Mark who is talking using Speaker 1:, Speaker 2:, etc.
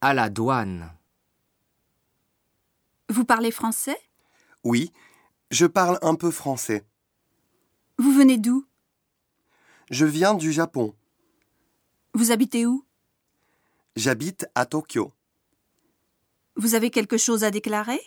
Speaker 1: À la douane.
Speaker 2: Vous parlez français
Speaker 3: Oui, je parle un peu français.
Speaker 2: Vous venez d'où
Speaker 3: Je viens du Japon.
Speaker 2: Vous habitez où
Speaker 3: J'habite à Tokyo.
Speaker 2: Vous avez quelque chose à déclarer